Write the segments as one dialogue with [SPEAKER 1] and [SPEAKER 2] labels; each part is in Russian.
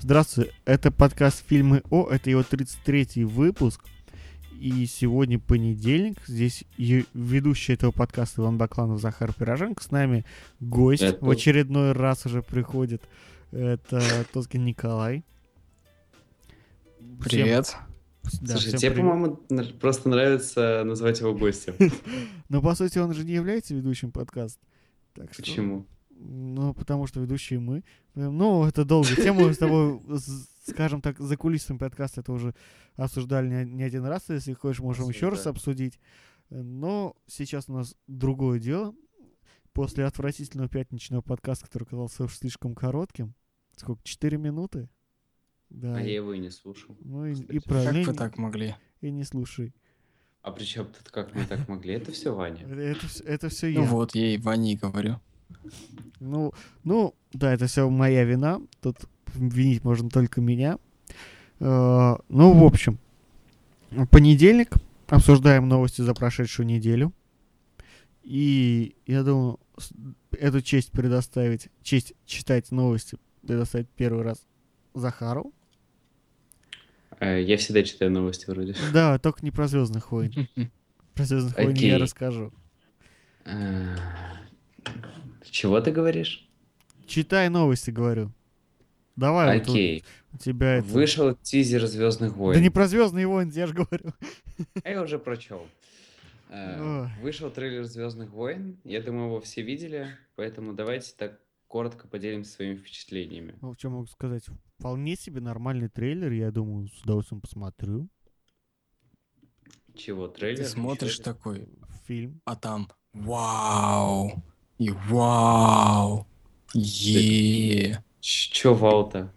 [SPEAKER 1] Здравствуйте, это подкаст «Фильмы О», это его 33-й выпуск. И сегодня понедельник, здесь и ведущий этого подкаста Иван Бакланов, Захар Пироженко, с нами гость,
[SPEAKER 2] Это-
[SPEAKER 1] в очередной раз уже приходит, это Тоскин Николай. Всем-
[SPEAKER 3] Привет.
[SPEAKER 1] да,
[SPEAKER 2] Слушай,
[SPEAKER 1] всем
[SPEAKER 2] тебе,
[SPEAKER 1] привет.
[SPEAKER 2] по-моему, на- просто нравится называть его гостем.
[SPEAKER 1] Но по сути он же не является ведущим подкаста. Так что-
[SPEAKER 2] Почему?
[SPEAKER 1] Ну, потому что ведущие мы. Эм, Ну, это долго. Тему с тобой, с- скажем так, за кулисами подкаста это уже обсуждали не- не один раз. Если хочешь, можем еще раз
[SPEAKER 2] Обсуждали.
[SPEAKER 1] обсудить. Э, Но сейчас у нас другое дело. После отвратительного пятничного подкаста, который оказался уж слишком коротким. Сколько? Четыре минуты? Да.
[SPEAKER 2] А
[SPEAKER 1] и-
[SPEAKER 2] я его и не слушал.
[SPEAKER 1] Ну и, и
[SPEAKER 2] кстати.
[SPEAKER 3] Как
[SPEAKER 1] правильно.
[SPEAKER 3] вы
[SPEAKER 1] и-
[SPEAKER 3] так могли?
[SPEAKER 1] И не слушай.
[SPEAKER 2] А при чем тут как мы так могли? Это все Ваня.
[SPEAKER 1] Это, вс- это все
[SPEAKER 3] Ну
[SPEAKER 1] я.
[SPEAKER 3] вот, я и Ване и говорю.
[SPEAKER 1] Ну, ну, да, это все моя вина. Тут винить можно только меня. Э, Ну, в общем, понедельник. Обсуждаем новости за прошедшую неделю. И я думаю, с- эту честь предоставить, честь читать новости предоставить первый раз Захару.
[SPEAKER 2] Э, Я всегда читаю новости вроде.
[SPEAKER 1] Да, только не про Звездных войн. Про Звездных войн я
[SPEAKER 2] Окей.
[SPEAKER 1] расскажу.
[SPEAKER 2] Э, Чего ты говоришь?
[SPEAKER 1] Читай новости, говорю. Давай, А, вот
[SPEAKER 2] Окей.
[SPEAKER 1] у тебя это...
[SPEAKER 2] Вышел тизер Звездных
[SPEAKER 1] Да не
[SPEAKER 2] войн.
[SPEAKER 1] про Звездные войны, я же говорю.
[SPEAKER 2] А я уже прочел. Э,
[SPEAKER 1] Ой.
[SPEAKER 2] Вышел трейлер Звездных войн. Я думаю, его все видели, поэтому давайте так коротко поделимся своими впечатлениями.
[SPEAKER 1] Ну, что могу сказать? Вполне себе нормальный трейлер, я думаю, с удовольствием посмотрю.
[SPEAKER 2] Чего, трейлер?
[SPEAKER 3] Ты смотришь
[SPEAKER 2] Трейлер?
[SPEAKER 3] такой,
[SPEAKER 1] Фильм.
[SPEAKER 3] а там вау, и вау, е
[SPEAKER 2] Ч- Чё вау-то?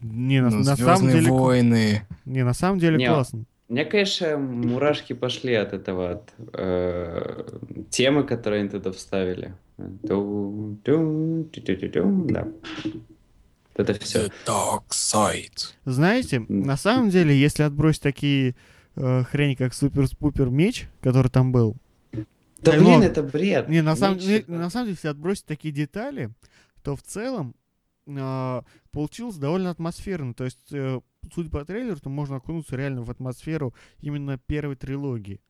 [SPEAKER 1] Не, на,
[SPEAKER 3] ну,
[SPEAKER 1] на самом
[SPEAKER 3] «Звездные
[SPEAKER 1] деле... кл-
[SPEAKER 3] войны».
[SPEAKER 1] Не, на самом деле
[SPEAKER 2] Не,
[SPEAKER 1] классно.
[SPEAKER 2] У меня, конечно, мурашки пошли от этого, от э, темы, которые они туда вставили. Ту- тю- тю-тю-тю-тю, Да. Вот Это все.
[SPEAKER 1] Э,
[SPEAKER 3] The Dark Side.
[SPEAKER 1] Знаете, на самом деле, если отбросить такие э, хрени, как супер-спупер меч, который там был.
[SPEAKER 2] Да
[SPEAKER 1] Э,
[SPEAKER 2] блин,
[SPEAKER 1] ну,
[SPEAKER 2] это бред.
[SPEAKER 1] Не, на самом,
[SPEAKER 2] Ничего.
[SPEAKER 1] не, на самом деле, если отбросить такие детали, то в целом а, получилось довольно атмосферно. То есть, э, судя по трейлеру, то можно окунуться реально в атмосферу именно первой трилогии.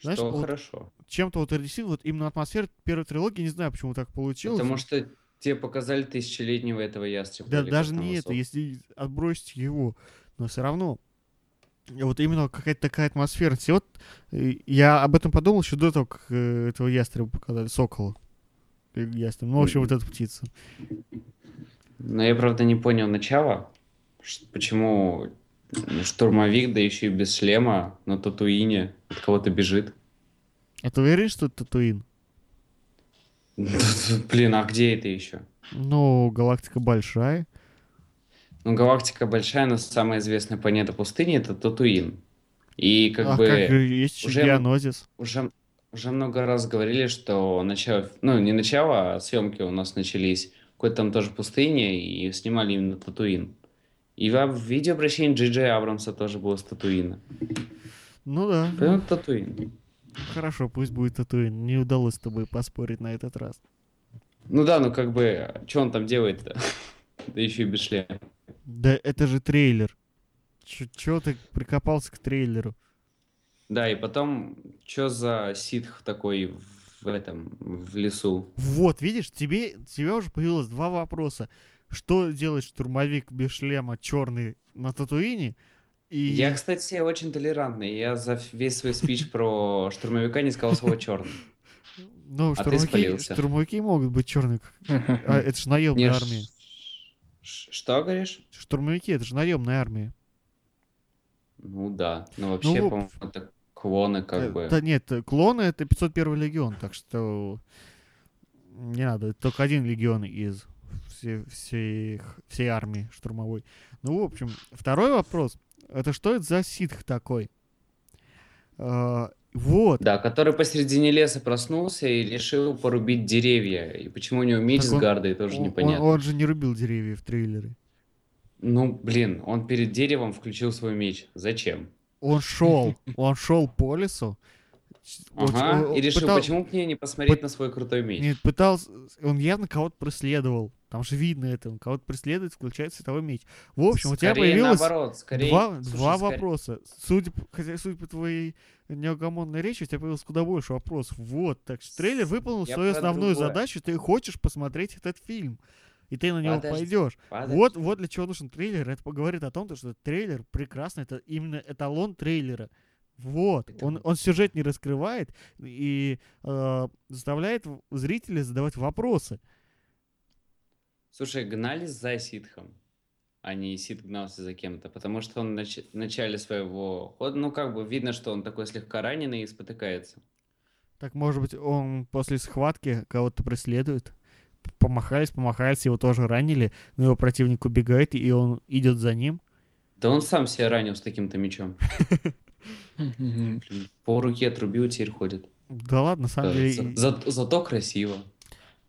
[SPEAKER 2] Что
[SPEAKER 1] знаешь, вот
[SPEAKER 2] хорошо.
[SPEAKER 1] чем-то вот RDC, вот именно атмосфера первой трилогии, не знаю, почему так получилось.
[SPEAKER 2] Потому что тебе показали тысячелетнего этого ястреба.
[SPEAKER 1] Да,
[SPEAKER 2] или
[SPEAKER 1] даже
[SPEAKER 2] как там
[SPEAKER 1] не это,
[SPEAKER 2] его зовут.
[SPEAKER 1] если отбросить его, но все равно. И Вот именно какая-то такая атмосфера. Все вот, э, я об этом подумал еще до того, как э, этого ястреба показали, сокола. Э, Ястреб. Ну, в общем, вот эта птица.
[SPEAKER 2] Но я, правда, не понял начала. ш- Почему штурмовик, да еще и без шлема, на Татуине от кого-то бежит.
[SPEAKER 1] А ты уверен, что это Татуин?
[SPEAKER 2] Блин, а где это еще?
[SPEAKER 1] Ну, галактика большая.
[SPEAKER 2] Ну, галактика большая, но самая известная планета пустыни это Татуин. И как
[SPEAKER 1] а
[SPEAKER 2] бы
[SPEAKER 1] как же есть
[SPEAKER 2] уже
[SPEAKER 1] уже... Геонозис.
[SPEAKER 2] уже уже много раз говорили, что начало, ну не начало, а съемки у нас начались в какой-то там тоже пустыне и снимали именно Татуин. И во- в видеообращении Джей Джей Абрамса тоже было с Татуина.
[SPEAKER 1] Ну да,
[SPEAKER 2] Поэтому Татуин.
[SPEAKER 1] хорошо, пусть будет Татуин. Не удалось с тобой поспорить на этот раз.
[SPEAKER 2] Ну да, ну как бы, что он там делает-то? Да еще и без шлема.
[SPEAKER 1] Да это же трейлер. Ч- Чё ты прикопался к трейлеру?
[SPEAKER 2] Да, и потом, что за ситх такой в этом, в лесу?
[SPEAKER 1] Вот, видишь, тебе, у тебя уже появилось два вопроса. Что делает штурмовик без шлема черный на Татуине? И...
[SPEAKER 2] Я, кстати, очень толерантный. Я за ф- весь свой спич про штурмовика не сказал слово черный.
[SPEAKER 1] Ну,
[SPEAKER 2] ты
[SPEAKER 1] штурмовики,
[SPEAKER 2] спалился.
[SPEAKER 1] штурмовики могут быть черные. как- а, это же наемная армия.
[SPEAKER 2] Что говоришь?
[SPEAKER 1] Штурмовики это же наемная армия.
[SPEAKER 2] Ну да. Ну вообще,
[SPEAKER 1] вот.
[SPEAKER 2] по-моему, это клоны
[SPEAKER 1] Э,
[SPEAKER 2] как бы.
[SPEAKER 1] Да нет, э, клоны это 501 легион, так что не надо, это только один легион из все, всех- всей армии штурмовой. Ну, в общем, второй вопрос. Это что это за ситх такой? Э, вот.
[SPEAKER 2] Да, который посередине леса проснулся и решил порубить деревья. И почему у него меч
[SPEAKER 1] Так
[SPEAKER 2] с
[SPEAKER 1] он-
[SPEAKER 2] гардой, тоже
[SPEAKER 1] он,
[SPEAKER 2] непонятно.
[SPEAKER 1] он- он же не рубил деревья в трейлере.
[SPEAKER 2] Ну, блин, он перед деревом включил свой меч. Зачем?
[SPEAKER 1] Он шел, он шел по лесу. Ч- вот,
[SPEAKER 2] Ага,
[SPEAKER 1] э,
[SPEAKER 2] и решил,
[SPEAKER 1] пытал-
[SPEAKER 2] почему мне не посмотреть
[SPEAKER 1] пы-
[SPEAKER 2] на свой крутой меч?
[SPEAKER 1] Нет, пытался, он явно кого-то преследовал. Там же видно это, он кого-то преследует, включает световой меч. В общем, у тебя
[SPEAKER 2] Скорее
[SPEAKER 1] появилось
[SPEAKER 2] наоборот, скорее...
[SPEAKER 1] два,
[SPEAKER 2] Слушай,
[SPEAKER 1] два
[SPEAKER 2] скорее-
[SPEAKER 1] вопроса. Судя, по- хотя, судя по твоей неугомонной речи, у тебя появилось куда больше вопросов. Вот, так что трейлер выполнил
[SPEAKER 2] Я
[SPEAKER 1] свою
[SPEAKER 2] про
[SPEAKER 1] основную
[SPEAKER 2] другое.
[SPEAKER 1] задачу, ты хочешь посмотреть этот фильм. И ты на него
[SPEAKER 2] Подожди,
[SPEAKER 1] пойдешь.
[SPEAKER 2] Подожди.
[SPEAKER 1] Вот, вот для чего нужен трейлер. Это говорит о том, то, что трейлер прекрасно, это именно эталон трейлера. Вот.
[SPEAKER 2] Это
[SPEAKER 1] Он,
[SPEAKER 2] вот.
[SPEAKER 1] он сюжет не раскрывает и э, заставляет в- зрителя задавать вопросы.
[SPEAKER 2] Слушай, гнались за ситхом, а не сит гнался за кем-то, потому что он в нач- в начале своего хода, ну как бы видно, что он такой слегка раненый и спотыкается.
[SPEAKER 1] Так, может быть, он после схватки кого-то преследует. П- Помахались, помахались, его тоже ранили, но его противник убегает, и он идет за ним.
[SPEAKER 2] Да он сам себя ранил с таким-то мечом.
[SPEAKER 3] Мгм.
[SPEAKER 2] Блин, По руке отрубил, теперь ходит.
[SPEAKER 1] Да ладно, на самом
[SPEAKER 2] Да,
[SPEAKER 1] деле,
[SPEAKER 2] за-
[SPEAKER 1] и-
[SPEAKER 2] за- Зато красиво.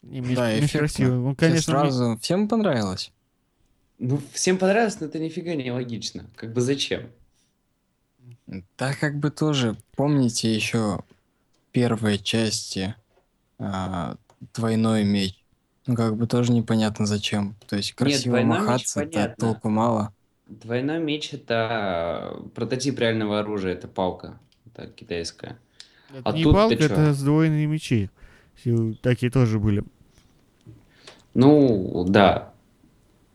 [SPEAKER 1] и Миш-
[SPEAKER 3] Да,
[SPEAKER 1] Миш
[SPEAKER 3] эффектно.
[SPEAKER 1] красивый. Он,
[SPEAKER 3] Всё
[SPEAKER 1] конечно, ми-
[SPEAKER 3] сразу всем понравилось.
[SPEAKER 2] Ну, всем понравилось, но это нифига не логично. Как бы зачем?
[SPEAKER 3] Да, как бы тоже, помните еще первой части а, двойной меч? Ну, как бы тоже непонятно зачем. То есть красиво
[SPEAKER 2] двойной меч
[SPEAKER 3] махаться, да,
[SPEAKER 2] понятно.
[SPEAKER 3] толку мало.
[SPEAKER 2] Двойной меч это прототип реального оружия, это палка так, китайская.
[SPEAKER 1] это
[SPEAKER 2] А
[SPEAKER 1] не
[SPEAKER 2] тут ты
[SPEAKER 1] палка,
[SPEAKER 2] чё?
[SPEAKER 1] это сдвоенные мечи. Все Такие тоже были.
[SPEAKER 2] Ну, да.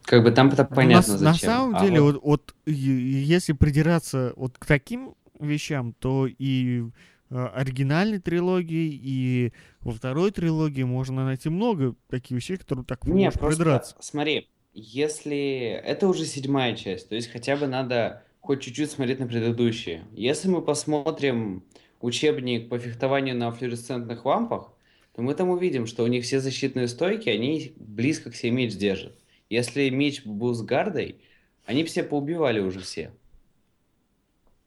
[SPEAKER 2] Как бы там это
[SPEAKER 1] Ну,
[SPEAKER 2] понятно
[SPEAKER 1] на, с- на
[SPEAKER 2] зачем.
[SPEAKER 1] самом
[SPEAKER 2] А
[SPEAKER 1] деле,
[SPEAKER 2] вот
[SPEAKER 1] вот, вот и- и если придираться вот к таким вещам, то и э, оригинальной трилогии, и во второй трилогии можно найти много таких вещей, которые так
[SPEAKER 2] Не,
[SPEAKER 1] можно
[SPEAKER 2] просто
[SPEAKER 1] придраться.
[SPEAKER 2] смотри, если это уже седьмая часть, то есть хотя бы надо хоть чуть-чуть смотреть на предыдущие. Если мы посмотрим учебник по фехтованию на флюоресцентных лампах, то мы там увидим, что у них все защитные стойки, они близко к себе меч держат. Если меч был с гардой, они б все поубивали уже все.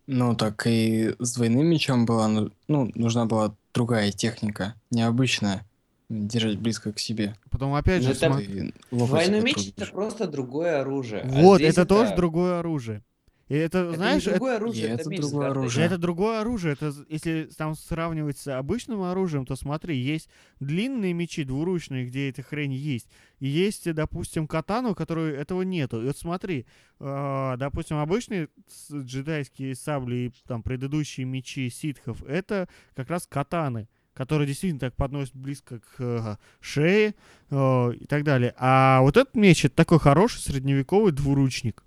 [SPEAKER 3] Ну, так и с двойным мечом была, ну, ну, нужна была другая техника, необычная. Держать близко к себе.
[SPEAKER 1] Потом опять
[SPEAKER 2] Ну,
[SPEAKER 1] же,
[SPEAKER 2] это-
[SPEAKER 1] смо-
[SPEAKER 3] Ты локоть
[SPEAKER 2] Двойной
[SPEAKER 3] себе
[SPEAKER 2] меч это
[SPEAKER 3] трубишь.
[SPEAKER 2] просто другое оружие. а
[SPEAKER 1] вот,
[SPEAKER 2] здесь
[SPEAKER 1] это тоже другое оружие. И это,
[SPEAKER 2] это не
[SPEAKER 1] знаешь, это-
[SPEAKER 2] другое оружие,
[SPEAKER 3] И
[SPEAKER 2] это,
[SPEAKER 3] это
[SPEAKER 2] меч с
[SPEAKER 3] другое
[SPEAKER 2] гардой.
[SPEAKER 3] оружие.
[SPEAKER 1] а Это другое оружие. Это з- если там сравнивать с обычным оружием, то смотри, есть длинные мечи двуручные, где эта хрень есть, и есть, э, допустим, катану, у которой этого нету. И вот смотри, э, допустим, обычные с- джедайские сабли и там предыдущие мечи ситхов это как раз катаны, которые действительно так подносят близко к э, шее э, и так далее. А вот этот меч это такой хороший средневековый двуручник.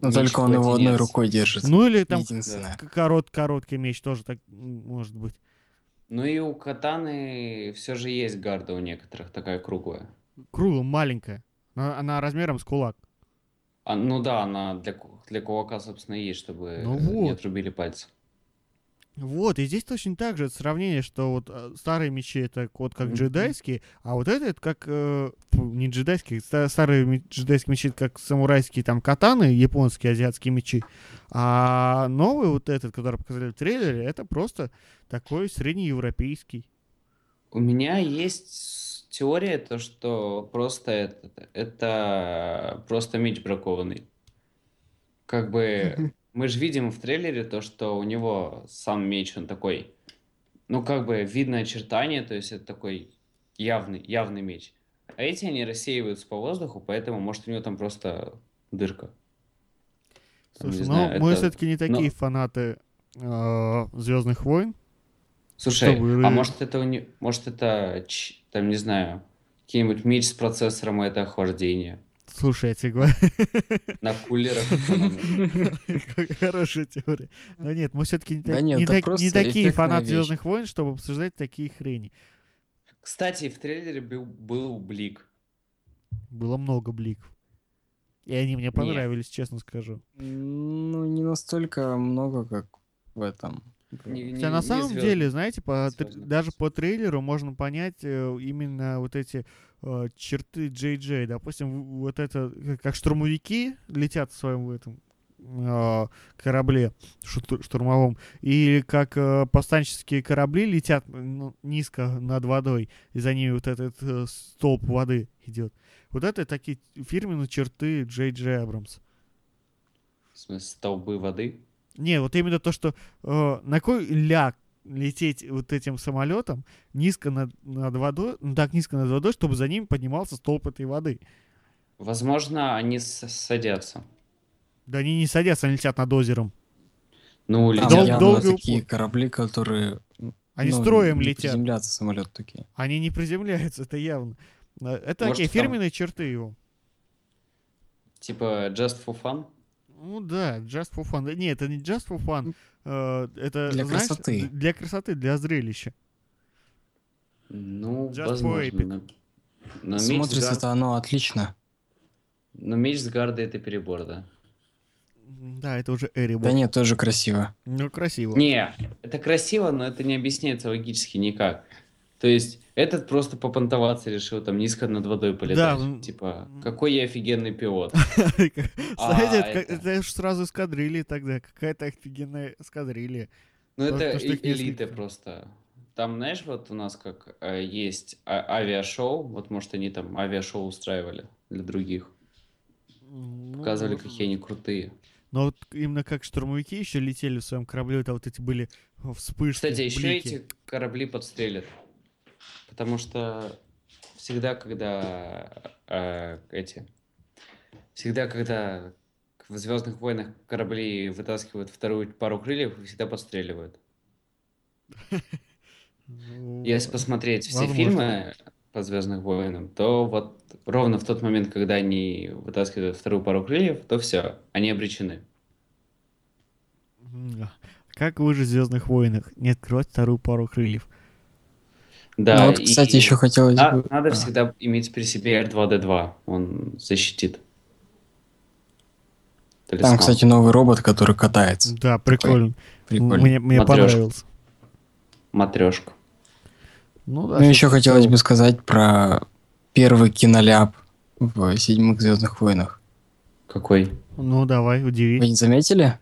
[SPEAKER 3] Но
[SPEAKER 2] Меч
[SPEAKER 3] только он его одной
[SPEAKER 2] кладенец.
[SPEAKER 3] рукой держит.
[SPEAKER 1] Ну или там
[SPEAKER 3] Единственное.
[SPEAKER 1] к- корот короткий меч тоже так м, может быть.
[SPEAKER 2] Ну и у катаны все же есть гарда у некоторых, такая круглая.
[SPEAKER 1] круглая, маленькая. Она, она размером с кулак.
[SPEAKER 2] А, ну да, она для, ку- для кулака, собственно, и есть, чтобы
[SPEAKER 1] Ну
[SPEAKER 2] э, не
[SPEAKER 1] вот.
[SPEAKER 2] отрубили пальцы.
[SPEAKER 1] Вот, и здесь точно так же это сравнение, что вот э, старые мечи это вот как
[SPEAKER 2] Мгм.
[SPEAKER 1] джедайские, а вот это, это как э, фу, не джедайские, ста- старые ми- джедайские мечи это как самурайские там катаны, японские, азиатские мечи. А новый вот этот, который показали в трейлере, это просто такой среднеевропейский.
[SPEAKER 2] У меня есть с- теория, то что просто это, это просто меч бракованный. Как бы мы же видим в трейлере то, что у него сам меч, он такой, ну как бы видно очертание, то есть это такой явный, явный меч. А эти они рассеиваются по воздуху, поэтому может у него там просто дырка. Там, не
[SPEAKER 1] Слушай, но
[SPEAKER 2] знаю,
[SPEAKER 1] мы
[SPEAKER 2] это-
[SPEAKER 1] все-таки не такие фанаты Звездных войн.
[SPEAKER 2] Слушай,
[SPEAKER 1] Чтобы-
[SPEAKER 2] а может это у не... может это ч- там не знаю какие-нибудь меч с процессором это охлаждение
[SPEAKER 1] Слушай, я тебе говорю.
[SPEAKER 2] на кулерах. экономят.
[SPEAKER 1] Хорошая теория. Но нет, мы все-таки не,
[SPEAKER 3] Да
[SPEAKER 1] так-
[SPEAKER 3] нет,
[SPEAKER 1] не
[SPEAKER 3] это
[SPEAKER 1] так-
[SPEAKER 3] просто
[SPEAKER 1] не такие
[SPEAKER 3] эффектная
[SPEAKER 1] фанаты
[SPEAKER 3] вещь.
[SPEAKER 1] Звездных войн, чтобы обсуждать такие хрени.
[SPEAKER 2] Кстати, в трейлере был, был блик.
[SPEAKER 1] Было много бликов. И они мне понравились, честно скажу.
[SPEAKER 3] Ну, не настолько много, как в этом.
[SPEAKER 2] Не- не-
[SPEAKER 1] Хотя на
[SPEAKER 2] не
[SPEAKER 1] самом
[SPEAKER 2] звёздный.
[SPEAKER 1] деле, знаете, по тр-
[SPEAKER 2] Звёздный
[SPEAKER 1] даже
[SPEAKER 2] путь.
[SPEAKER 1] по трейлеру можно понять э, именно вот эти э, черты Джей Джей. Допустим, в- вот это э, как штурмовики летят в своем этом э, корабле шуту- штурмовом, или как э, повстанческие корабли летят ну, низко над водой, и за ними вот этот э, столб воды идет. Вот это такие фирменные черты Джей Джей Абрамс.
[SPEAKER 2] В смысле, столбы воды.
[SPEAKER 1] Не, вот именно то, что э, на кой ляг лететь вот этим самолетом низко над, над водой, ну, так низко над водой, чтобы за ним поднимался столб этой воды.
[SPEAKER 2] Возможно, они с- садятся.
[SPEAKER 1] Да они не садятся, они летят над озером.
[SPEAKER 2] Ну,
[SPEAKER 3] Там
[SPEAKER 2] летят.
[SPEAKER 1] А, дол-
[SPEAKER 3] явно
[SPEAKER 1] долго
[SPEAKER 3] такие
[SPEAKER 1] уп-
[SPEAKER 3] корабли, которые...
[SPEAKER 1] Они
[SPEAKER 3] ну,
[SPEAKER 1] строем
[SPEAKER 3] не
[SPEAKER 1] летят.
[SPEAKER 3] приземлятся, самолеты такие.
[SPEAKER 1] Они не приземляются, это явно. А, Это
[SPEAKER 2] Может,
[SPEAKER 1] такие
[SPEAKER 2] там-
[SPEAKER 1] фирменные черты его.
[SPEAKER 2] Типа just for fun.
[SPEAKER 1] Ну да, just for fun. Не, это не just for fun. э, Это,
[SPEAKER 3] Для
[SPEAKER 1] знаешь,
[SPEAKER 3] красоты.
[SPEAKER 1] д- Для красоты, для зрелища.
[SPEAKER 2] Ну,
[SPEAKER 1] Just for epic.
[SPEAKER 2] возможно. Но, но меч, с
[SPEAKER 3] Смотрится
[SPEAKER 2] гар-
[SPEAKER 3] это оно отлично.
[SPEAKER 2] но меч с гарды это перебор, да.
[SPEAKER 1] М, Да, это уже Эри
[SPEAKER 3] Да
[SPEAKER 1] был.
[SPEAKER 3] нет, тоже красиво.
[SPEAKER 1] Ну, красиво.
[SPEAKER 2] Не, это красиво, но это не объясняется логически никак. То есть этот просто попонтоваться решил там низко над водой полетать.
[SPEAKER 1] Да, м.
[SPEAKER 2] Типа, какой я офигенный пилот.
[SPEAKER 1] Знаете, это как-
[SPEAKER 2] А, это-
[SPEAKER 1] это ж сразу эскадрильи тогда. Какая-то офигенная эскадрилья.
[SPEAKER 2] Ну
[SPEAKER 1] Потому
[SPEAKER 2] это
[SPEAKER 1] что их
[SPEAKER 2] э- элита
[SPEAKER 1] несколько.
[SPEAKER 2] просто. Там, знаешь, вот у нас как э, есть а- авиашоу, вот может они там авиашоу устраивали для других,
[SPEAKER 1] М, ну,
[SPEAKER 2] показывали,
[SPEAKER 1] может
[SPEAKER 2] какие они крутые.
[SPEAKER 1] Но вот именно как штурмовики еще летели в своем корабле, это вот эти были о, вспышки.
[SPEAKER 2] Кстати, еще
[SPEAKER 1] блики.
[SPEAKER 2] эти корабли подстрелят. Потому что всегда, когда э, эти... Всегда, когда в Звездных войнах корабли вытаскивают вторую пару крыльев, их всегда подстреливают.
[SPEAKER 1] Ну,
[SPEAKER 2] Если посмотреть все
[SPEAKER 1] Возможно.
[SPEAKER 2] фильмы по Звездных войнам, то вот ровно в тот момент, когда они вытаскивают вторую пару крыльев, то все, они обречены.
[SPEAKER 1] м, а. Как вы же в Звездных войнах не открывать вторую пару крыльев?
[SPEAKER 2] Да,
[SPEAKER 3] ну вот,
[SPEAKER 2] и-
[SPEAKER 3] кстати, еще хотелось
[SPEAKER 2] на-
[SPEAKER 3] бы...
[SPEAKER 2] надо
[SPEAKER 3] а,
[SPEAKER 2] всегда иметь при себе R2D2, он защитит.
[SPEAKER 3] Там,
[SPEAKER 2] Талисман.
[SPEAKER 3] кстати, новый робот, который катается.
[SPEAKER 1] Да, прикольно.
[SPEAKER 3] Прикольно.
[SPEAKER 1] Мне, мне
[SPEAKER 2] Матрёшка.
[SPEAKER 1] понравилось.
[SPEAKER 2] матрешка.
[SPEAKER 1] Ну, да,
[SPEAKER 3] Ну, еще
[SPEAKER 1] что-то
[SPEAKER 3] хотелось
[SPEAKER 1] такого.
[SPEAKER 3] бы сказать про первый киноляп в «Седьмых звездных войнах».
[SPEAKER 2] Какой?
[SPEAKER 1] Ну, давай,
[SPEAKER 3] Вы
[SPEAKER 1] удиви.
[SPEAKER 3] не заметили?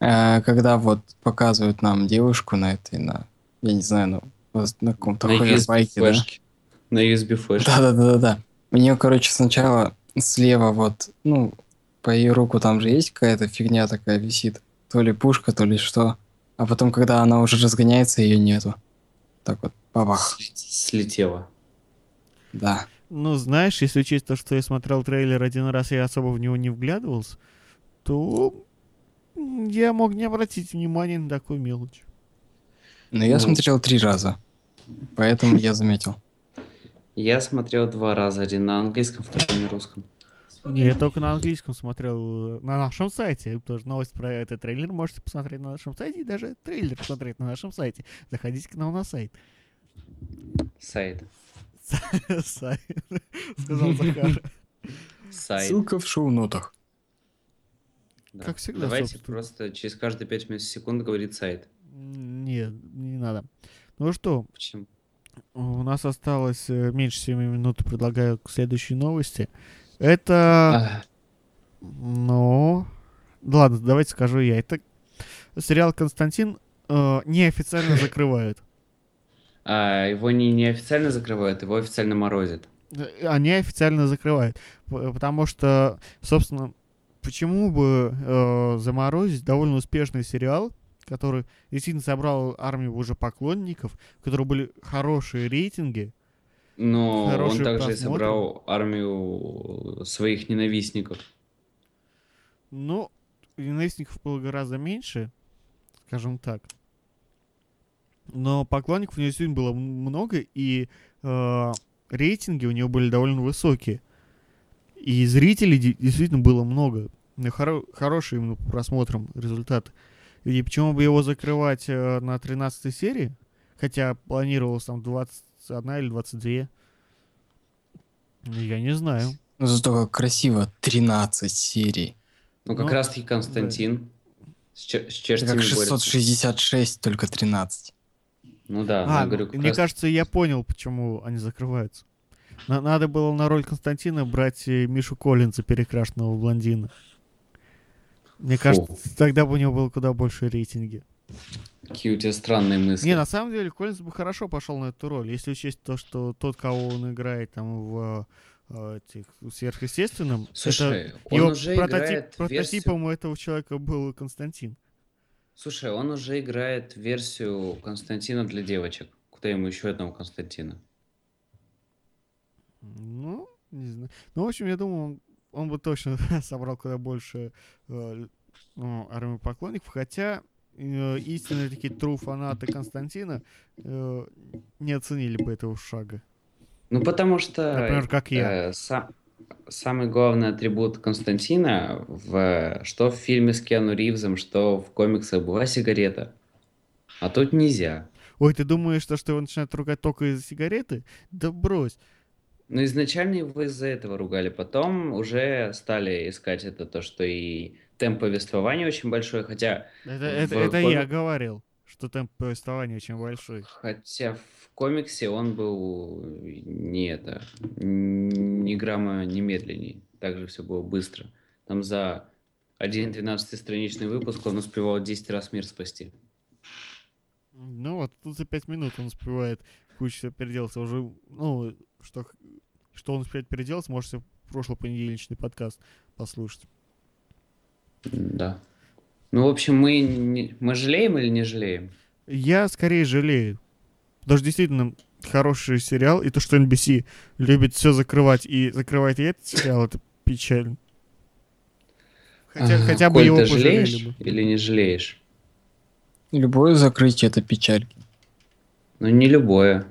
[SPEAKER 3] Э, Когда вот показывают нам девушку на этой, на, я не знаю, ну, воз- на каком-то
[SPEAKER 2] На
[SPEAKER 3] ховербайке, да?
[SPEAKER 2] USB-флешке. На USB-флешке.
[SPEAKER 3] Да-да-да-да. У нее, короче, сначала слева вот, ну, по ее руку там же есть какая-то фигня такая висит. То ли пушка, то ли что. А потом, когда она уже разгоняется, ее нету. Так вот, бабах.
[SPEAKER 2] Слет- Слетела.
[SPEAKER 3] Да.
[SPEAKER 1] Ну, знаешь, если учесть то, что я смотрел трейлер один раз, я особо в него не вглядывался, то м, я мог не обратить внимания на такую мелочь.
[SPEAKER 3] Но я
[SPEAKER 2] Ну.
[SPEAKER 3] смотрел три раза. Поэтому я заметил.
[SPEAKER 2] Я смотрел два раза. Один на английском, второй на русском.
[SPEAKER 1] Не, я только на английском смотрел э, на нашем сайте. Тоже новость про этот трейлер можете посмотреть на нашем сайте и даже трейлер посмотреть на нашем сайте. Заходите к нам на сайт.
[SPEAKER 2] Сайт.
[SPEAKER 1] Сайт, сказал Захар.
[SPEAKER 2] Сайт.
[SPEAKER 3] Ссылка в шоу-нотах.
[SPEAKER 2] Да.
[SPEAKER 1] Как всегда,
[SPEAKER 2] Давайте
[SPEAKER 1] собственно.
[SPEAKER 2] просто через каждые 5 секунд говорит сайт.
[SPEAKER 1] М, Не, не надо. Ну что,
[SPEAKER 2] Почему?
[SPEAKER 1] у нас осталось э, меньше 7 минут, предлагаю к следующей новости. Это,
[SPEAKER 2] А,
[SPEAKER 1] ну, да ладно, давайте скажу я. Это сериал «Константин» э, неофициально закрывают.
[SPEAKER 2] а, его не, не официально закрывают, его официально морозят.
[SPEAKER 1] Э, они официально закрывают. П- Потому что, собственно, почему бы э, заморозить довольно успешный сериал, который действительно собрал армию уже поклонников, у которого были хорошие рейтинги.
[SPEAKER 2] Но
[SPEAKER 1] Хороший
[SPEAKER 2] он также и
[SPEAKER 1] просмотр.
[SPEAKER 2] собрал армию своих ненавистников.
[SPEAKER 1] Но ненавистников было гораздо меньше, скажем так. Но поклонников у него действительно было м- много, и э, рейтинги у него были довольно высокие. И зрителей де- действительно было много. Ну, хоро- хорошие именно по просмотрам результаты. И почему бы его закрывать э, на 13 серии, хотя планировалось там 21 или 22. Я не знаю.
[SPEAKER 3] Ну, зато как красиво. 13 серий.
[SPEAKER 2] Ну, как
[SPEAKER 1] Ну,
[SPEAKER 2] раз таки Константин с, чер- с
[SPEAKER 3] Это
[SPEAKER 2] черствями
[SPEAKER 3] как
[SPEAKER 2] борется.
[SPEAKER 3] 666, только 13.
[SPEAKER 2] Ну да,
[SPEAKER 1] А,
[SPEAKER 2] я говорю, как
[SPEAKER 1] мне
[SPEAKER 2] раз-
[SPEAKER 1] кажется, я понял, почему они закрываются. На- надо было на роль Константина брать э, Мишу Коллинза, перекрашенного блондина. Мне
[SPEAKER 2] Фу.
[SPEAKER 1] кажется, тогда бы у него было куда больше рейтинги.
[SPEAKER 2] какие у тебя странные мысли.
[SPEAKER 1] Не, ну, на самом деле, Коллинз бы хорошо пошел на эту роль, если учесть то, что тот, кого он играет там в э, этих, в сверхъестественном,
[SPEAKER 2] Слушай,
[SPEAKER 1] это
[SPEAKER 2] он
[SPEAKER 1] его
[SPEAKER 2] уже
[SPEAKER 1] прототип-
[SPEAKER 2] играет версию-
[SPEAKER 1] прототипом у этого человека был Константин.
[SPEAKER 2] Слушай, он уже играет версию Константина для девочек. Куда ему еще одного Константина?
[SPEAKER 1] Ну, не знаю. Ну, в общем, я думаю, он, он бы точно собрал куда больше э, ну, армию поклонников, хотя э, истинные такие true фанаты Константина э, не оценили бы этого шага.
[SPEAKER 2] Ну, потому что...
[SPEAKER 1] Например, как я.
[SPEAKER 2] Э, сам, самый главный атрибут Константина, в, что в фильме с Киану Ривзом, что в комиксах была сигарета. А тут нельзя.
[SPEAKER 1] Ой, ты думаешь, что, что его начинают ругать только из-за сигареты? Да брось.
[SPEAKER 2] Но изначально его из-за этого ругали. Потом уже стали искать это то, что и темп повествования очень большой, хотя...
[SPEAKER 1] Это, это, в... это я говорил, что темп повествования очень большой.
[SPEAKER 2] Хотя в комиксе он был не это, ни грамма не медленней. Также все было быстро. Там за один 12-страничный выпуск он успевал 10 раз мир спасти.
[SPEAKER 1] Ну вот, тут за 5 минут он успевает кучу всего переделаться. Уже, ну, что, что он успеет переделать, можете прошлый понедельничный подкаст послушать.
[SPEAKER 2] Да. Ну, в общем, мы, не, мы жалеем или не жалеем?
[SPEAKER 1] Я скорее жалею. Даже действительно хороший сериал, и то, что NBC любит все закрывать, и закрывает и этот сериал, это печально. Хотя, а, хотя бы
[SPEAKER 2] Коль,
[SPEAKER 1] его
[SPEAKER 2] ты
[SPEAKER 1] пожалели
[SPEAKER 2] жалеешь
[SPEAKER 1] бы.
[SPEAKER 2] или не жалеешь?
[SPEAKER 3] Любое закрытие это печаль.
[SPEAKER 2] Ну, не любое.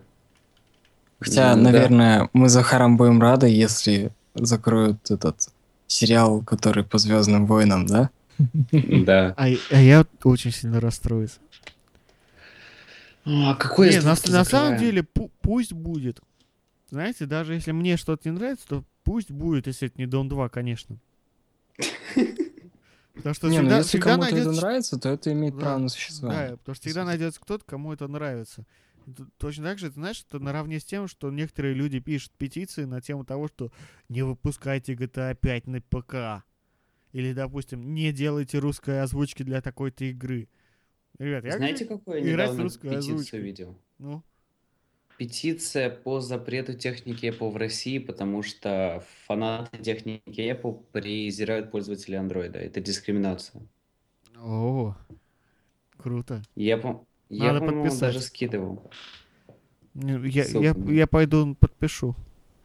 [SPEAKER 3] Хотя,
[SPEAKER 2] Ну, да.
[SPEAKER 3] наверное, мы с Захаром будем рады, если закроют этот сериал, который по Звездным войнам, да?
[SPEAKER 2] Да.
[SPEAKER 1] А, а я очень сильно расстроюсь.
[SPEAKER 2] А какой
[SPEAKER 1] Не, на, на самом деле, пу- пусть будет. Знаете, даже если мне что-то не нравится, то пусть будет, если это не Дон 2, конечно. Потому что
[SPEAKER 3] не, ну
[SPEAKER 1] всегда,
[SPEAKER 3] если
[SPEAKER 1] всегда
[SPEAKER 3] кому-то
[SPEAKER 1] найдется...
[SPEAKER 3] это нравится, то это имеет
[SPEAKER 1] Да.
[SPEAKER 3] право на
[SPEAKER 1] Да,
[SPEAKER 3] существование.
[SPEAKER 1] потому что всегда
[SPEAKER 3] Слушай.
[SPEAKER 1] найдется кто-то, кому это нравится. Т- Точно так же, ты знаешь, это наравне с тем, что некоторые люди пишут петиции на тему того, что не выпускайте GTA 5 на ПК. Или, допустим, не делайте русской озвучки для такой-то игры. Ребят, я...
[SPEAKER 2] Знаете, какую я
[SPEAKER 1] играть
[SPEAKER 2] недавно
[SPEAKER 1] русской озвучкой.
[SPEAKER 2] петицию видел?
[SPEAKER 1] Ну,
[SPEAKER 2] Петиция по запрету техники Apple в России, потому что фанаты техники Apple презирают пользователей Android. Это дискриминация.
[SPEAKER 1] о, круто.
[SPEAKER 2] Я, по... я
[SPEAKER 1] Надо
[SPEAKER 2] по-моему,
[SPEAKER 1] подписать.
[SPEAKER 2] даже скидывал.
[SPEAKER 1] Не, Я, я,
[SPEAKER 2] Ссылку.
[SPEAKER 1] я пойду подпишу.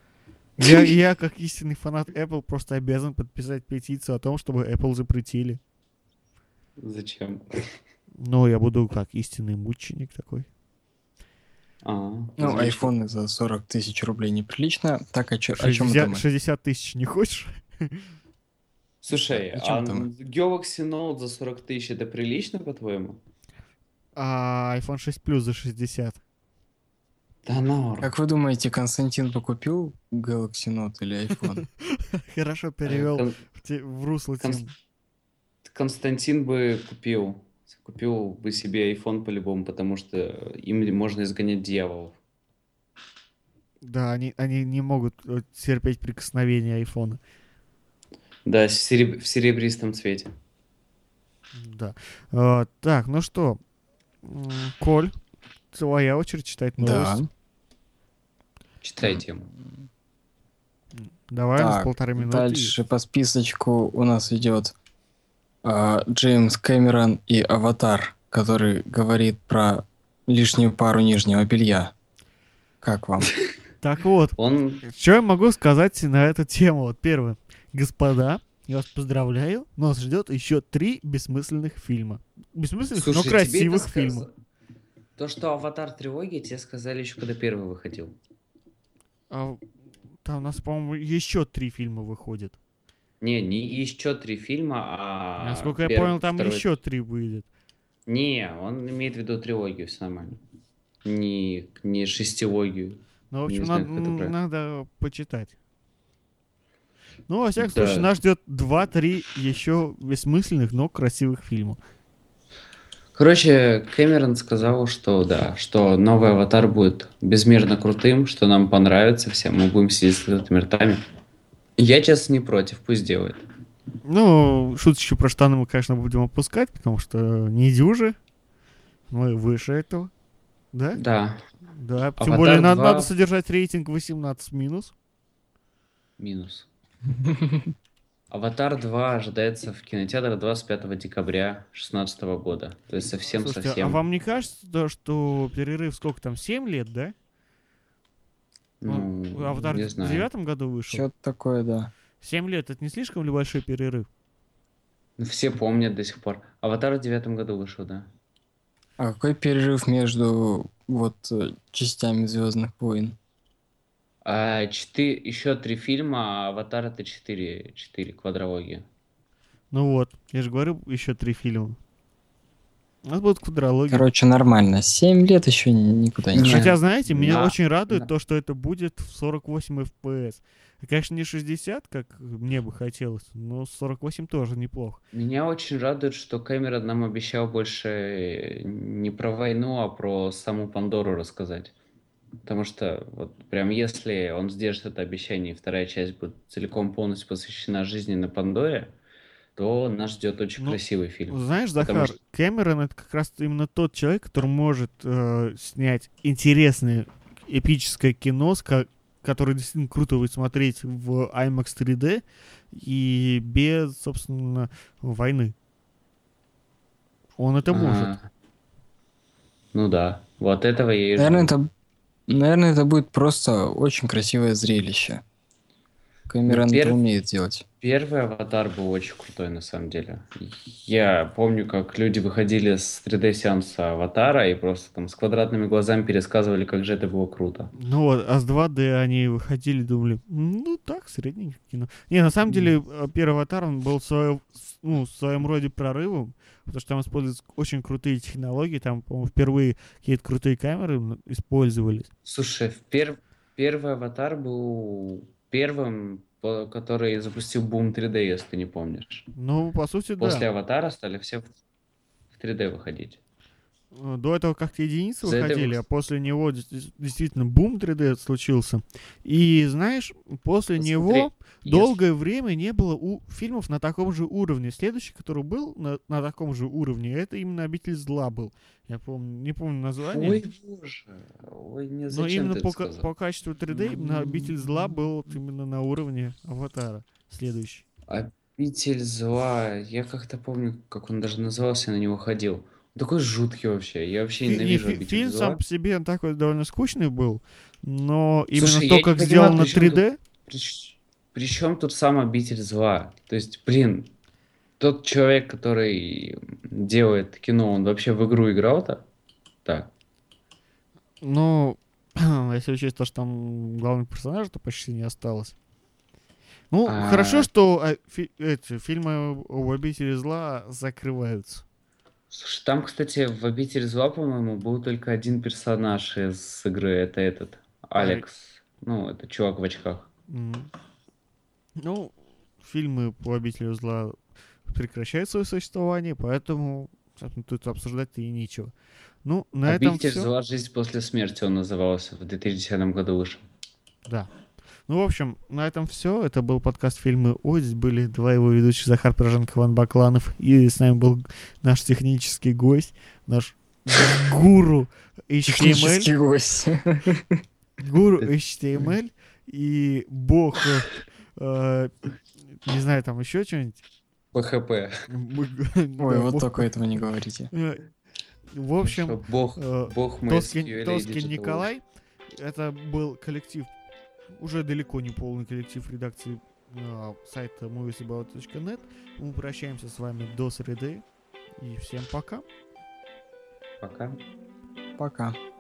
[SPEAKER 1] Я, я, как истинный фанат Apple, просто обязан подписать петицию о том, чтобы Apple запретили.
[SPEAKER 2] Зачем?
[SPEAKER 1] Но я буду как истинный мученик такой.
[SPEAKER 2] А,
[SPEAKER 3] Ну,
[SPEAKER 2] отлично.
[SPEAKER 3] айфоны за 40 тысяч рублей неприлично. Так, о, чё- о чем
[SPEAKER 1] 60,
[SPEAKER 3] это мы?
[SPEAKER 1] 60 тысяч не хочешь?
[SPEAKER 2] Слушай,
[SPEAKER 3] О чём
[SPEAKER 2] а
[SPEAKER 3] там?
[SPEAKER 2] Galaxy Note за 40 тысяч это прилично, по-твоему?
[SPEAKER 1] А iPhone 6 Plus за 60.
[SPEAKER 2] Да норм.
[SPEAKER 3] Как вы думаете, Константин покупил Galaxy Note или iPhone?
[SPEAKER 1] Хорошо
[SPEAKER 2] Э,
[SPEAKER 1] перевел
[SPEAKER 2] Кон-
[SPEAKER 1] в, те- в русло
[SPEAKER 2] Конс-
[SPEAKER 1] тем.
[SPEAKER 2] Константин бы купил. Купил бы себе iPhone по-любому, потому что им можно изгонять дьяволов.
[SPEAKER 1] Да, они, они не могут э, терпеть прикосновение айфона.
[SPEAKER 2] Да, с сереб- в серебристом цвете.
[SPEAKER 1] Да. Э, так, ну что, М, Коль, твоя очередь читать
[SPEAKER 3] Да.
[SPEAKER 1] новость.
[SPEAKER 2] Читай тему.
[SPEAKER 1] Давай, у нас
[SPEAKER 3] Так,
[SPEAKER 1] полторы минуты.
[SPEAKER 3] Дальше по списочку у нас идет а, Джеймс Кэмерон и Аватар, который говорит про лишнюю пару нижнего белья. Как вам?
[SPEAKER 1] Так вот,
[SPEAKER 2] Он
[SPEAKER 1] Что я могу сказать на эту тему? Вот первое. Господа, я вас поздравляю. Нас ждет еще три бессмысленных фильма. Бессмысленных,
[SPEAKER 2] Слушай,
[SPEAKER 1] но
[SPEAKER 2] тебе это
[SPEAKER 1] Ну, красивых
[SPEAKER 2] сказ-
[SPEAKER 1] фильмов.
[SPEAKER 2] То, что «Аватар. Тревоги» тебе сказали еще, когда первый выходил.
[SPEAKER 1] А, там у нас, по-моему, еще три фильма выходят.
[SPEAKER 2] Не, не еще три фильма, а...
[SPEAKER 1] Насколько я
[SPEAKER 2] первый,
[SPEAKER 1] понял, там
[SPEAKER 2] второй.
[SPEAKER 1] еще три выйдет.
[SPEAKER 2] Не, он имеет в виду трилогию, все нормально. Не, не шестилогию.
[SPEAKER 1] Ну, в
[SPEAKER 2] Не
[SPEAKER 1] общем,
[SPEAKER 2] знаю,
[SPEAKER 1] надо,
[SPEAKER 2] как это правильно.
[SPEAKER 1] надо почитать. Ну, во всяком
[SPEAKER 2] Да.
[SPEAKER 1] случае, нас ждет два-три еще бессмысленных, но красивых фильма.
[SPEAKER 2] Короче, Кэмерон сказал, что да, что новый «Аватар» будет безмерно крутым, что нам понравится всем, мы будем сидеть с открытыми ртами. Я, честно, не против, пусть делает.
[SPEAKER 1] Ну, шуточку про штаны мы, конечно, будем опускать, потому что не дюжи. Мы выше этого. Да?
[SPEAKER 2] Да,
[SPEAKER 1] Да, тем
[SPEAKER 2] «Аватар
[SPEAKER 1] более на-
[SPEAKER 2] 2».
[SPEAKER 1] надо содержать рейтинг 18 минус.
[SPEAKER 2] минус. Аватар 2 ожидается в кинотеатрах 25 декабря 2016 года. То есть совсем-совсем.
[SPEAKER 1] Слушайте, а вам не кажется, да, что перерыв сколько там, 7 лет, да? Он-
[SPEAKER 2] Ну,
[SPEAKER 1] Аватар
[SPEAKER 2] не
[SPEAKER 1] в
[SPEAKER 2] знаю.
[SPEAKER 1] девятом году вышел.
[SPEAKER 3] Что-то такое, да.
[SPEAKER 1] 7 лет, это не слишком ли большой перерыв?
[SPEAKER 2] Ну, Все помнят до сих пор. Аватар в девятом году вышел, да.
[SPEAKER 3] А какой перерыв между вот э, частями Звездных войн?
[SPEAKER 2] А, четы- Еще три фильма, а Аватар это четыре, четыре квадрологии.
[SPEAKER 1] Ну вот, я же говорю, еще три фильма. У нас будут квадрологии.
[SPEAKER 3] Короче, нормально. Семь лет еще никуда не
[SPEAKER 2] Нет.
[SPEAKER 3] шло.
[SPEAKER 1] Хотя, знаете, меня
[SPEAKER 2] Да.
[SPEAKER 1] очень радует
[SPEAKER 2] Да.
[SPEAKER 1] то, что это будет в 48 FPS. Конечно, не 60, как мне бы хотелось, но 48 тоже неплохо.
[SPEAKER 2] Меня очень радует, что Кэмерон нам обещал больше э, не про войну, а про саму Пандору рассказать. Потому что вот прям если он сдержит это обещание, и вторая часть будет целиком полностью посвящена жизни на Пандоре, то нас ждет очень
[SPEAKER 1] Ну,
[SPEAKER 2] красивый фильм.
[SPEAKER 1] Знаешь,
[SPEAKER 2] Потому
[SPEAKER 1] Захар,
[SPEAKER 2] что-
[SPEAKER 1] Кэмерон это как раз именно тот человек, который может э, снять интересное эпическое кино, с ко- которое действительно круто будет смотреть в IMAX 3D и без, собственно, войны. Он это может.
[SPEAKER 2] А, Ну да, вот этого я и жду.
[SPEAKER 3] Наверное, это, наверное, это будет просто очень красивое зрелище. Камерон
[SPEAKER 2] Во-первых-
[SPEAKER 3] это умеет делать.
[SPEAKER 2] Первый аватар был очень крутой, на самом деле. Я помню, как люди выходили с 3D-сеанса аватара и просто там с квадратными глазами пересказывали, как же это было круто.
[SPEAKER 1] Ну вот, а с 2D они выходили, думали, «М, ну так, средненькое кино. Не, на самом деле, э, первый аватар, он был в своем, ну, в своем роде прорывом, потому что там используются очень крутые технологии, там, по-моему, впервые какие-то крутые камеры м, использовались.
[SPEAKER 2] Слушай, в пер- первый аватар был первым, по- который запустил бум 3D, если ты не помнишь.
[SPEAKER 1] Ну, по сути,
[SPEAKER 2] После
[SPEAKER 1] да.
[SPEAKER 2] аватара стали все в в 3D выходить.
[SPEAKER 1] Э, До этого как-то единицы
[SPEAKER 2] За это
[SPEAKER 1] выходили,
[SPEAKER 2] вы-
[SPEAKER 1] а после него дес- действительно бум 3D случился. И, знаешь, после
[SPEAKER 2] Посмотри,
[SPEAKER 1] него...
[SPEAKER 2] Если-
[SPEAKER 1] Долгое время не было у фильмов на таком же уровне. Следующий, который был на, на таком же уровне, это именно «Обитель зла» был. Я помню, не помню название.
[SPEAKER 2] Ой, боже. Ой, не
[SPEAKER 1] но
[SPEAKER 2] зачем
[SPEAKER 1] Ну, именно
[SPEAKER 2] ты
[SPEAKER 1] по,
[SPEAKER 2] это
[SPEAKER 1] ка-
[SPEAKER 2] сказал?
[SPEAKER 1] по качеству 3D именно «Обитель зла» был вот именно на уровне «Аватара». Следующий.
[SPEAKER 2] Обитель зла. Я как-то помню, как он даже назывался, я на него ходил. Он такой жуткий вообще. Я вообще
[SPEAKER 1] Фи- не,
[SPEAKER 2] ненавижу
[SPEAKER 1] фи-
[SPEAKER 2] обитель
[SPEAKER 1] фильм
[SPEAKER 2] зла.
[SPEAKER 1] сам по себе он такой довольно скучный был, но именно
[SPEAKER 2] Слушай, я
[SPEAKER 1] то,
[SPEAKER 2] не
[SPEAKER 1] как
[SPEAKER 2] понимаю,
[SPEAKER 1] сделано
[SPEAKER 2] при чём тут-
[SPEAKER 1] 3D,
[SPEAKER 2] Причем тут сам обитель зла. То есть, блин, тот человек, который делает кино, он вообще в игру играл-то? Так.
[SPEAKER 1] Ну, если учесть то, что там главных персонажей то почти не осталось. Ну,
[SPEAKER 2] А.
[SPEAKER 1] хорошо, что а, фи- эти фильмы об обители зла закрываются.
[SPEAKER 2] Слушай, там, кстати, в обитель зла, по-моему, был только один персонаж из игры. Это этот. Алекс. Ну, это чувак в очках.
[SPEAKER 1] М. Ну, фильмы по обители зла прекращают свое существование, поэтому собственно, тут обсуждать-то и нечего. Ну, на этом
[SPEAKER 2] Обитель
[SPEAKER 1] все.
[SPEAKER 2] зла жизнь после смерти он назывался. В 2010 году вышел.
[SPEAKER 1] Да. Ну, в общем, на этом все. Это был подкаст фильмы «Ой». Здесь были два его ведущих, Захар Проженко, Иван Бакланов. И с нами был наш технический гость, наш гуру HTML.
[SPEAKER 3] Технический гость.
[SPEAKER 1] Гуру HTML и бог, э, не знаю, там еще что-нибудь.
[SPEAKER 2] ПХП.
[SPEAKER 3] Ой, вот только этого не говорите.
[SPEAKER 1] э, В общем,
[SPEAKER 2] Что Бог,
[SPEAKER 1] э,
[SPEAKER 2] бог
[SPEAKER 1] Тоскин,
[SPEAKER 2] MySQL и
[SPEAKER 1] Тоскин
[SPEAKER 2] Digital
[SPEAKER 1] Николай. Это был коллектив, уже далеко не полный коллектив редакции э, сайта moviesabout.net. Мы прощаемся с вами до среды. И всем пока.
[SPEAKER 2] World. Пока.
[SPEAKER 3] Пока.